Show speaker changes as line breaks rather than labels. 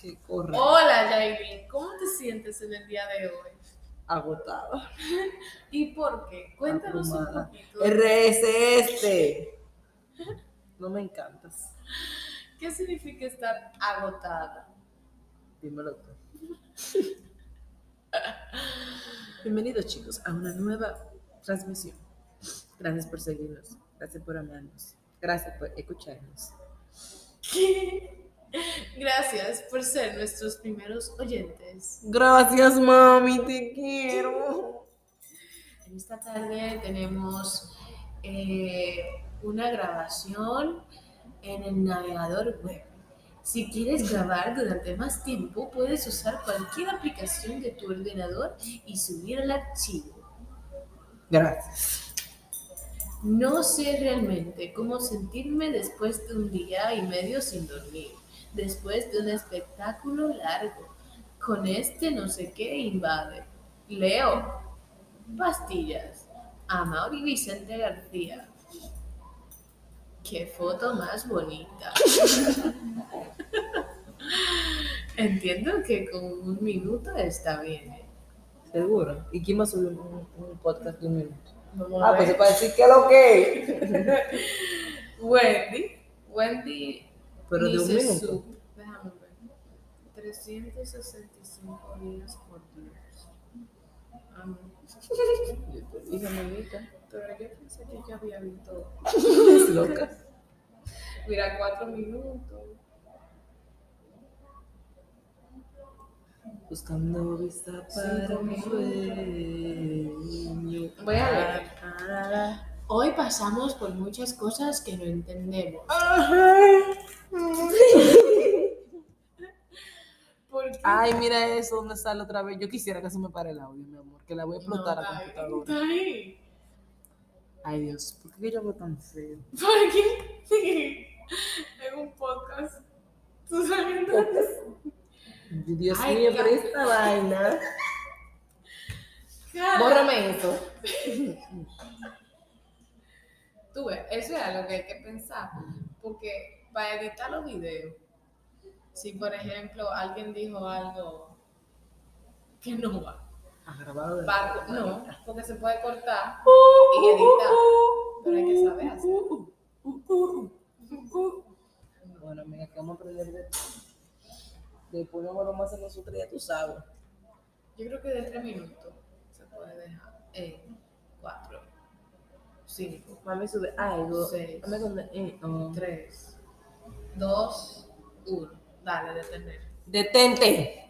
que corre.
Hola, Jairin. ¿Cómo te sientes en el día de hoy?
Agotada.
¿Y por qué? Cuéntanos un
Abrumada.
poquito.
RS este. No me encantas.
¿Qué significa estar agotada?
Dímelo tú. Bienvenidos chicos a una nueva transmisión. Gracias por seguirnos. Gracias por amarnos. Gracias por escucharnos.
Gracias por ser nuestros primeros oyentes.
Gracias mami, te quiero.
En esta tarde tenemos eh, una grabación en el navegador web. Si quieres grabar durante más tiempo, puedes usar cualquier aplicación de tu ordenador y subir el archivo.
Gracias.
No sé realmente cómo sentirme después de un día y medio sin dormir, después de un espectáculo largo. Con este no sé qué invade. Leo. Pastillas. Amaury Vicente García. Qué foto más bonita. Entiendo que con un minuto está bien. ¿eh?
Seguro. ¿Y quién va a subir un, un podcast de un minuto?
Vamos a
Ah,
ver.
pues se puede decir que lo que.
Wendy. Wendy
Pero de un
Dice
minuto.
su- déjame ver. 365 días por Dios. Am-
Yo te dije, amiguita.
Pero yo pensé que ya había visto.
Es loca.
Mira, cuatro minutos.
Buscando vista para
Cinco
un
minutos.
sueño.
Voy a leer.
Ajá.
Hoy pasamos por muchas cosas que no entendemos. ¿Por qué?
Ay, mira eso, ¿dónde sale otra vez? Yo quisiera que se me pare el audio, mi amor, que la voy a
No,
explotar a
está
la
ahí,
computadora.
está ahí.
Ay, Dios, ¿por qué yo hago tan feo?
¿Por qué? Sí. En un podcast. ¿Tú sabes?
Dios
Ay,
mío,
Dios.
pero esta vaina.
Cara.
Bórrame eso.
Tú ves, eso es algo que hay que pensar, porque para editar los videos, si por ejemplo alguien dijo algo que no va,
Ah, grabado de-
va- no, porque se puede cortar y editar, pero hay que saber hacer.
Bueno, amiga, que vamos a aprender de Después no vamos a hacer nosotros, ya tú sabes.
Yo creo que de tres minutos se puede dejar, eh, cuatro, cinco,
Mami sube algo.
Seis.
Mami con- eh, oh.
tres, dos, uno, dale, detener.
Detente.